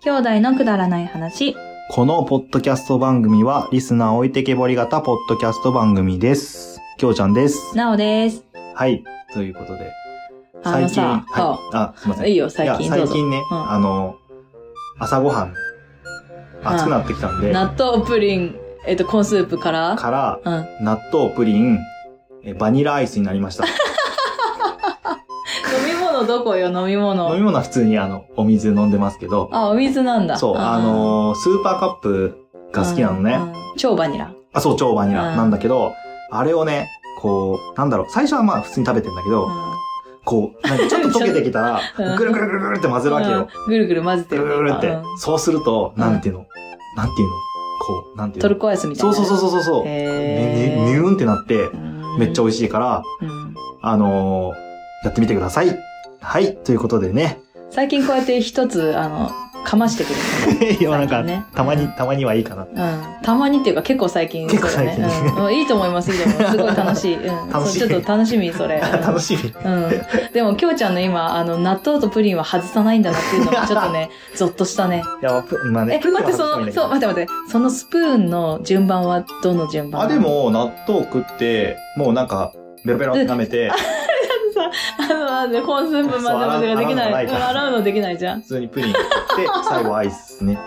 兄弟のくだらない話。このポッドキャスト番組は、リスナー置いてけぼり型ポッドキャスト番組です。きょうちゃんです。なおです。はい。ということで。あのさ、はい、あ、すいまあせん。いいよ、最近いどや、う最ぞ。近ね、うんあの、朝ごはん、暑くなってきたんで、納豆プリン、えっと、コーンスープから、から、うん。納豆、プリン、えバニラアイスになり ました。飲み物どこよ、飲み飲み物。物は普通にあの、お水で飲んでますけど、あ、お水なんだ。そう、んあ、のースーパーカップが好きなのね。うん。超バニラ。あ、そう、超バニうラんなんだけど、あれをね、こう、なんだろう、最初はまあ普通に食べてんだけど、うこう、なんかちょっと溶けて きたちょら、っとぐるぐるぐるぐるって混ぜるわけよ。ん。ぐるぐる混ぜてぐるるぐね。るぐるって今う。んそうすると、うんなんていうのなんていうのこう、なんていうトルのコアイスみたいそな。うそうそうそうそう。ねへーねニューンってなって、うん。めっちゃ美味しいから、うんあのーやってみてください。はい、ということでね。 最近こうやって一つ、あの、かましてくる。いや、な最んか近ね、たまに、たまにはいいかな。うん、たまにっていうか結構最近結構最近そうだねうんうん、いいと思いますいいと思 いますすごい楽しい,、うん、楽しいそうちょっと楽しみそれ、うん 楽しみ。うん、でもきょうちゃんの今あの納豆とプリンは外さないんだなっていうのがちょっと ねゾッとしたねいや、プまあねえ、プリン待っはてそ外のしてもいいんだけそうど待って待ってそのスプーンの順番はどの順番あ、でも、納豆食って、もうなんか、ベロベロって舐めて、あのあのコーンスープ混ぜ混ぜができそう洗うない洗うのがないから洗うのできないじゃん普通にプリ ン食って、最後アイスですね。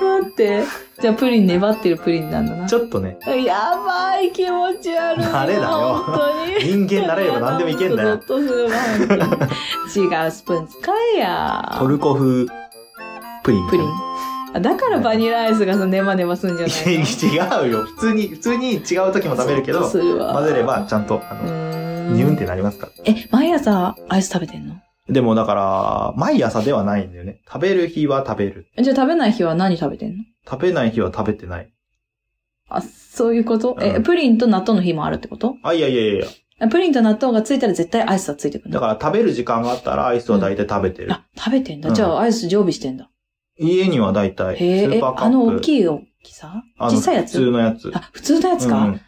待ってじゃあプリン粘ってるプリンなんだなちょっとね、やばい気持ち悪い慣れだよ本当に人間なれれば何でもいけんだよ。ゾッとするわ本当に違うスプーン使えや。トルコ風プリン。プリン。あだからバニラアイスがそのネバネバすんじゃないのいや違うよ。普通に、普通に違う時も食べるけゾッどと、するわ混ぜればちゃんと、あうの、ーんニュンってなりますから。え、毎朝アイス食べてんのでもだから、毎朝ではないんだよね。食べる日は食べる。じゃあ食べない日は何食べてんの食べない日は食べてない。あ、そういうことえ、うんプリンと納豆の日もあるってことあ、いやいやいやいや。あプリンと納豆がついたら絶対アイスはついてくるだのから食べる時間があったらアイスは大体食べてる。あ、食べてんだ。うんじゃあアイス常備してんだ。家には大体、スへえ、ーえ、パーカップ。あの大きい大きさあの小さいや普通つのやつ。あ、普通のやつか、うん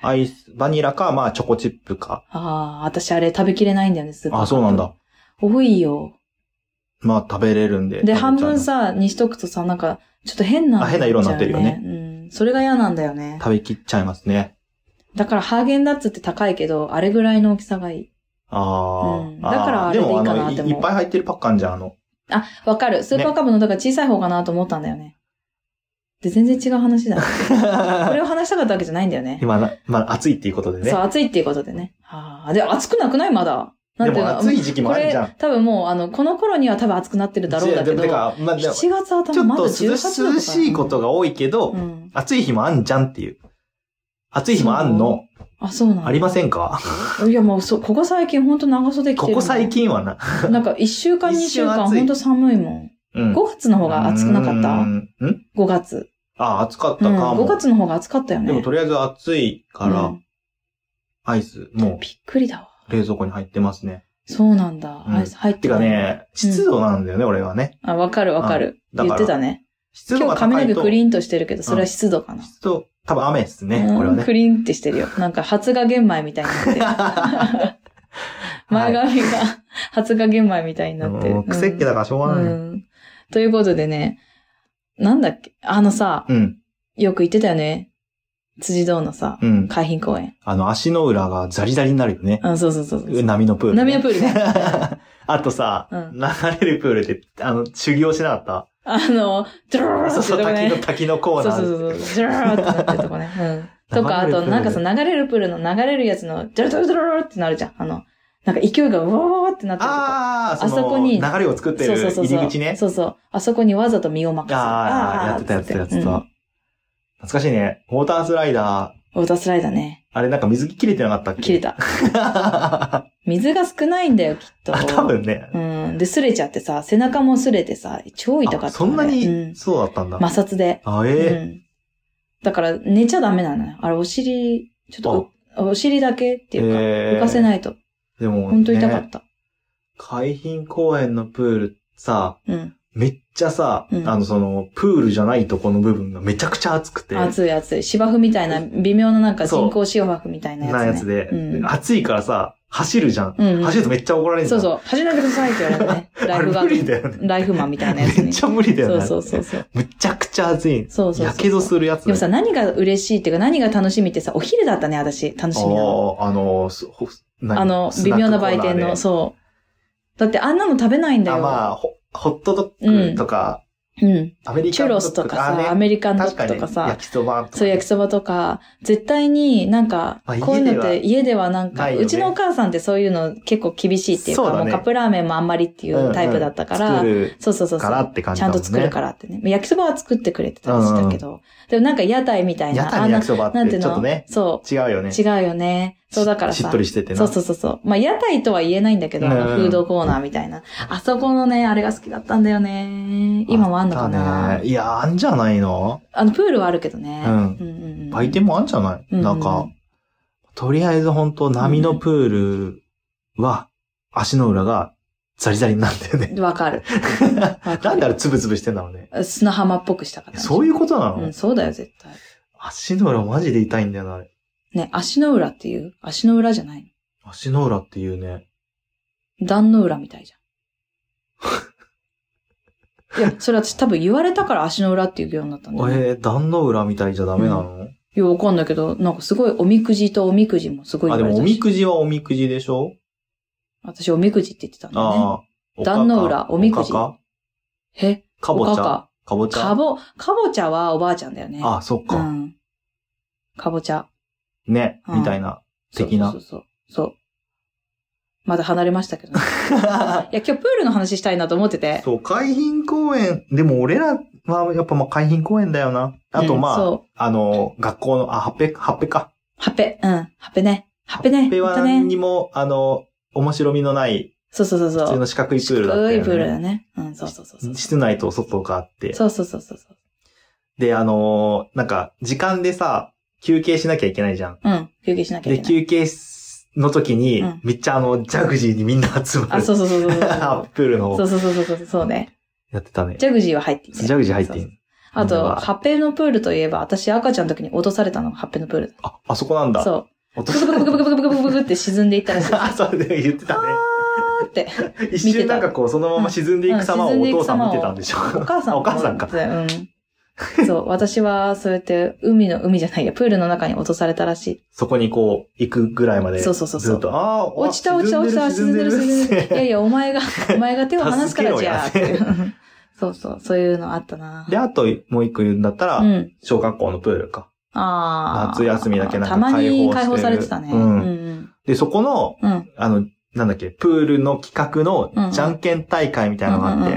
アイス、バニラか、まあ、チョコチップか。ああ、私あれ食べきれないんだよね、スーパー。あ、そうなんだ。。多いよ。まあ、食べれるんで。で、食半べちゃう分さ、にしとくとさ、なんか、ちょっと変な、あ変な色になってるよね。うん。それが嫌なんだよね。食べきっちゃいますね。だから、ハーゲンダッツって高いけど、あれぐらいの大きさがいい。あうんーだあー。からあれでいいかなも、あの、いでもいっぱい入ってるパッカンじゃん、あの。あ、わかる。スーパーカブの、だから小さい方かなと思ったんだよね。で、全然違う話だ ね。これを話したかったわけじゃないんだよね。今な、まあ、暑いっていうことでねそう、。暑いっていうことでね。はあ。で、暑くなくないまだ。なんでていうも、の暑い時期もこあるれじゃん。、多分もう、あの、この頃には多分暑くなってるだろうだけど、て7か、まあ、でもちょ月頭っまだと18度涼とかだよしいことが多いけどう、ん。暑い日もあんじゃんっていう。暑い日もあんの、あ、そうなんだありませんかいや、もう、そう、ここ最近、ほんと長袖着てこる。こ最。近はな。なんか、一週間、二週間、一瞬暑いほんと寒いもん。うん。 5月の方が暑くなかっうたんん ?5 月。あ、暑かっうたん、かも。 5月の方が暑かったよね。でもとりあえず暑いから、うんアイス、もびっくりだわ。う冷蔵庫に入ってますね。そうなんだ。うんアイス入っててかた。ね、湿度なんだよね、俺はね。あ、わかるわかる。うんだ言かっらてたね。湿度今が日髪高のい毛と。クリーンとしてるけど、それは湿度かな。湿度、多分雨ですね、うんこれはねク。リーンってしてるよ。なんか発芽玄米みたいにな ってる。前髪が 発芽玄米みたいになってる。もう癖っ気だからしょうがうない。うん。ん。ということでね、なんだっけ、あのさ、うん。よく言ってたよね。辻堂のさ、うん海浜公園。あの、足の裏がザリザリになるよね。あ、そうそうそうそう。波のプール、波のプールね。 あとさ、うん流れるプールって、あの、修行しなかあの、ドローっってたそうそとう、こ滝の、ね。滝のコそーうそナうー。そうそう。ドローってなってるとこね。うん。とか、あと、なんかさ、流れるプールの流れるやつの、ドロドロドロドロってなるじゃん。あの、なんか勢いがうわーってなってるとこ。ああ、あそそここにに。流れを作ってそうるそうそう入そう。り口ね。そうそう。あそこにわざと身を任せる。ああ、やってたやってたやってた。懐かしいね。ウォータースライダー、ウォータースライダーね。あれなんか水着切れてなかったっけ切れた。 あ水が少ないんだよ、きっと。多分ね。うん。で、擦れちゃってさ、背中も擦れてさ、超痛かったあね。そんなうんに、そうだったんだ。摩擦で。あ、えうえん。だから、寝ちゃダメなのよ。あれ、お尻、ちょっとう、お尻だけっていうか、えー浮かせないと。でも、ほんと痛かった。た。海浜公園のプールさ、うん。めっちゃさ、うんあの、その、プールじゃないとこの部分がめちゃくちゃ熱くて、熱い熱い。芝生みたいな、微妙ななんか人工芝生みたいなやつ、ね。なやつで、うん暑いからさ、走るじゃん。うんうん走るとめっちゃ怒られるじそゃ。うんそう。走らないでくださいって言われてね。ラ あイれフガ無理ード。だよね。ライフマンみたいなやつ めっに。ちゃ無理だよそね。うそうそうそう。むちゃくちゃ暑い。そうそうそうやけどするやつ。でもさ、何が嬉しいっていうか、何が楽しみってさ、お昼だったね、私。楽しみなの。あーあの、すほ何あのス、微ナッ妙クなコーナー売店での、そう。だってあんなの食べないんだあ、よ。まあ、ホホットドッグとか、うん。アメリチカュンドロッグスとかあねさ、アメリカンド確ッかグにとかさ焼、きそばとか。そう、焼きそばとか、絶対になんかまあ、こういうのって家ではなんなか、いよねうちのお母さんってそういうの結構厳しいっていうそうか、だねもうカップラーメンもあんまりっていうタイプだったか作ら、るそうそうそうかそらう。って感ちじだゃもんんね。と作るからってね。焼きそばは作ってくれてたりしたけど、でもなんか屋台みたい屋な、台あのんな焼き、そばなっんていてうちょっとのね、そ違うよう、ね。違うよね。そうだからしっさと。りしててな。そうそうそうそう。まあ、屋台とは言えないんだけど、あのうんフードコーナーみたいな。あそこのね、あれが好きだったんだよね。今もあんのかあったなねいや、あんじゃないのあの、プールはあるけどね。うんうんうん売店もあんじゃない、うんなんか、とりあえず本当波のプールは、足の裏がザリザリになっ てね。わかる。わかなんるであれつぶつぶしてんだろうね。砂浜っぽくしたかった。そういうことなの、うん、そうだよ、絶対。足の裏マジで痛いんだよな、あれ。ね、足の裏っていう足の裏じゃない足の裏っていうね。段の裏みたいじ ゃん。いや、それ私多分言われたから足の裏っていうようになったんだよ、ね。えー、段の裏みたいじゃダメなの、いや、わかんないけど、なんかすごいおみくじとおみくじもすごいあ、言でわれもたおしみくじはおみくじでしょ私おみくじって言ってたんだよね。ああ。段の裏おみくじかえかぼちおゃ。かかかぼちゃ。かぼ、かぼちゃはおばあちゃんだよね。あ、そっか。うん。かぼちゃ。ね、うんみた いな。的なそうそうそうそう。まだ離れましたけどね。いや、今日プールの話したいなと思ってて。そう、海浜公園。でも俺らはやっぱまあ海浜公園だよな。あとうまんあ、そう。あの、学校の、あ、はっぺ、はっぺか。ハペ、うん。ハペね。ハペね。はっぺまたはね。にも、あの、面白みのない、そうそうそうそう。普通の四角いプールだったよ、ね。低いプールだね。うん、そうそうそうそう。室内と外があって。そうそうそうそうそう。で、あのーなんか、時間でさ、休憩しなきゃいけないじゃん。うん。休憩しなきゃいで、けない。休憩の時に、うんめっちゃあの、ジャグジーにみんな集まる。あ、そうそうそうそ うそうアップルのそ方う。そうそうそうそうそうそうね。やってたね。ジャグジーは入っていて。ジャグジー入ってそうんそうあみんなと、がハッペのプールといえば、私赤ちゃんの時に落とされたのがハッペのプールだ。あ、あそこなんだ。そう。落とブクす。ブクブクブクブクブクブクって沈んでいったらしい。あ、そうで言ってたね。あーって。一瞬なんかこう、そのまま沈んでいく様をお父さん見てたんでしょ。お母さんお母さんか。うん。そう、私は、そうやって、海の、海じゃないや、プールの中に落とされたらしい。そこにこう、行くぐらいまで。そうそうそうそうずっと、ああ、落ちた落ちた落ちた、沈んでる沈んでる。いやいや、お前が、お前が手を離すからじゃあ、って助けろやうんそうそう、そういうのあったな。で、あともう一個言うんだったら、うん。小学校のプールか。ああ。夏休みだけなんかたまに解解放放さされれててたたね。ねうんうん。で、そこの、うん。あの、なんだっけ、プールの企画うんうんの、じゃんけん大会みたいなのがあって、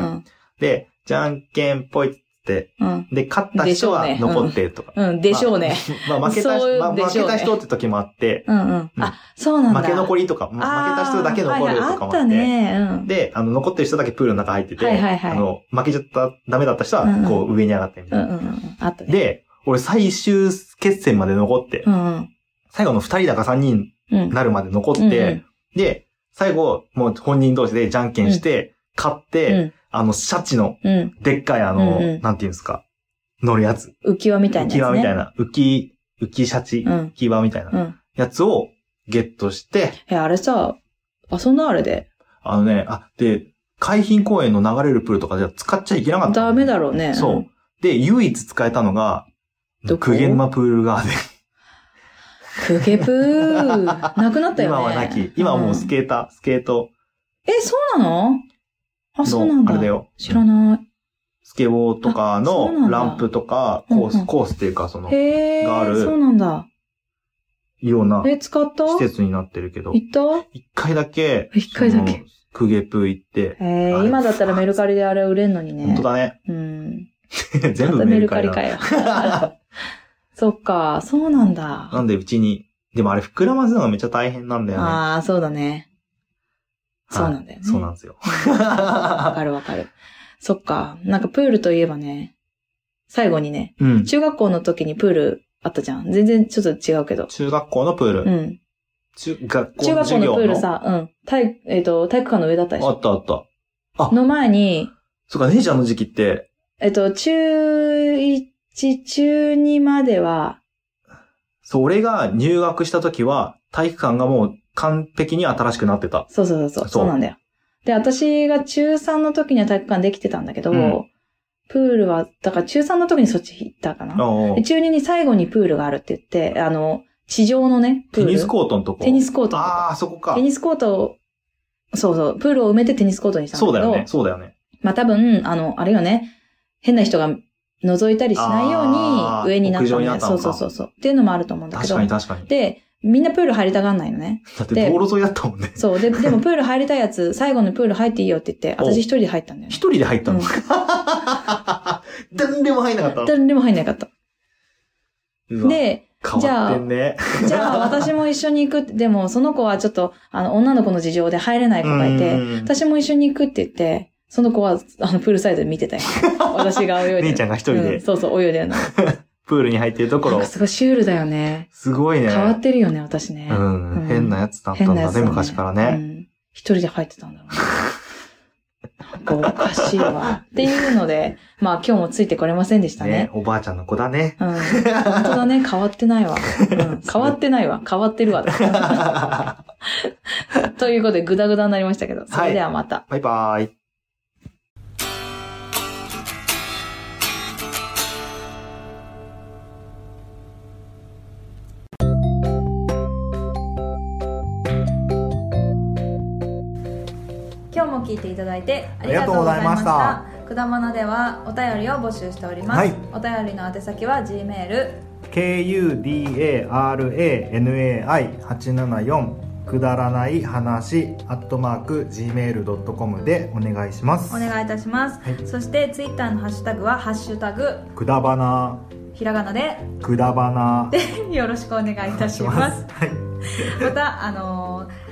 で、じゃんけんぽいっつって、うん。うん。で、勝った人はでしょうねうん残ってとか。うん。でしょうね。まあ、負 けたそう人、まあで負しょけうねた人って時もあって、うんうん。うんあ、そうなんだ。負け残りとか、ま負けた人だけ残るあーはいとかもあはいあったって、ね。うん。で、あの、残ってる人だけプールの中入ってて、はいはいはいあの、負けちゃった、ダメだった人は、こう、上に上がってみうたいんな。うんうん。あったね。で、俺最終決戦まで残って、うんうん。最後の二人だか三人うん。なるまで残って、うんうんで、最後、もう本人同士でじゃんけんして、勝って、あの、シャチの、うん。うん。でっかいあの、うんうんなんていうんですか、乗るやつ。浮き輪みたい浮なきやつ、輪ね。みたいな、浮き、浮きシャチ、うん浮き輪みたいな、うん。やつをゲットして、え、あれさ、遊んだあれで。あのね、あ、で、海浜公園の流れるプールとかじゃ使っちゃいけなかった。ダメだろうね。そんう。。で、唯一使えたのが、どこクゲンマプールガーデン。クゲプ ー。なくなったよね。今はなき。今はもうスー、ケーター、スケートえ、そうなのあ、そうなんの、だ。あれだよ。知らない。スケボーとかあそうなのんだランプとか、コーうんうス、んコースっていうか、その、へえ。があるそうなんだ。ようなえ、使った施行設になってるけど、っ一回だけ、た一回だけその。クゲプ行って、へえあ、れ今だったらメルカリであれ売れんのにね。本当だね。 うん。全ま部たメメルルカカリリだかよ。そっか、そうなん だ。なんでうちに、でもあれ膨らませるのがめっちゃ大変なんだよね。ああ、そうだね。そうなんだよね。そうなんですよ。わかるわかる。そっか。なんかプールといえばね、最後にね、うん。中学校の時にプールあったじゃん。全然ちょっと違うけど。中学校のプーうル。ん。中学校中の学校授業のの。プールさ、うん。体、えっ、と、体育館の上だったでしあょ。ったあった。あの前に、そっか、姉ちゃんの時期って、えっと、中1、中2までは、そう、俺が入学した時は、体育館がもう完璧に新しくなってた。そうそうそうそう、そうそうなんだよ。で、私が中3の時には体育館できてたんだけど、うんプールは、だから中3の時にそっち行ったかな。おうおうで中2に最後にプールがあるって言って、あの、地上のね、プーテル。ニスコートのとこ。テニスコートのとこああ、そこかテ。ニスコートを、そうそう、プールを埋めてテニスコートにしたんだそけうだど、よね。そうだよね。まあ多分、あの、あれよね、変な人が覗いたりしないよあうにー上になった屋上んにだよなったのそうかそうそうそう。っていうのもあると思うんだけ確どか。に確かに。で、みんなプール入りたがんないのね。だって道路沿いだったもんね。そう。で、でもプール入りたいやつ、最後のプール入っていいよって言って、お私一人で入ったんだよね一。人で入ったの。うん 誰でも入んなかったの。誰にも入んなかった。うわ、で、変わってんね。じゃあ私も一緒に行くって、でもその子はちょっと、あの、女の子の事情で入れない子がいて、うん私も一緒に行くって言って、その子は、あの、プールサイドで見てた よ。私が泳いでる。姉ちゃんが一人うんでそうそう、泳いでるの。プールに入ってるとこなんろか、すごいシュールだよね。すごいね。変わってるよね、私ね。うん、うん変なやつだったん変なやだつね、だ昔からね。うん一人で入ってたんだろうね。なんかおかしいわ。っていうので、まあ今日もついてこれませんでしたねね。おばあちゃんの子だね。うん。本当だね、変わってないわ。うん、変わってない わ。変わってるわ。 バということで、ぐだぐだになりましたけど、それではまた。イバーイ。今日も聞いていただいてあありりががととううござございいままししたた。くだまなではお便りを募集しております。はいお便りの宛先は G メール kudaranai874 くだらない話アットマーク gmail.com でお願いしますお願いいたします。はいそしてツイッターのハッシュタグはハッシュタグくだばなひらがなで くだばなよろしくお願いいたします。はいまたあのー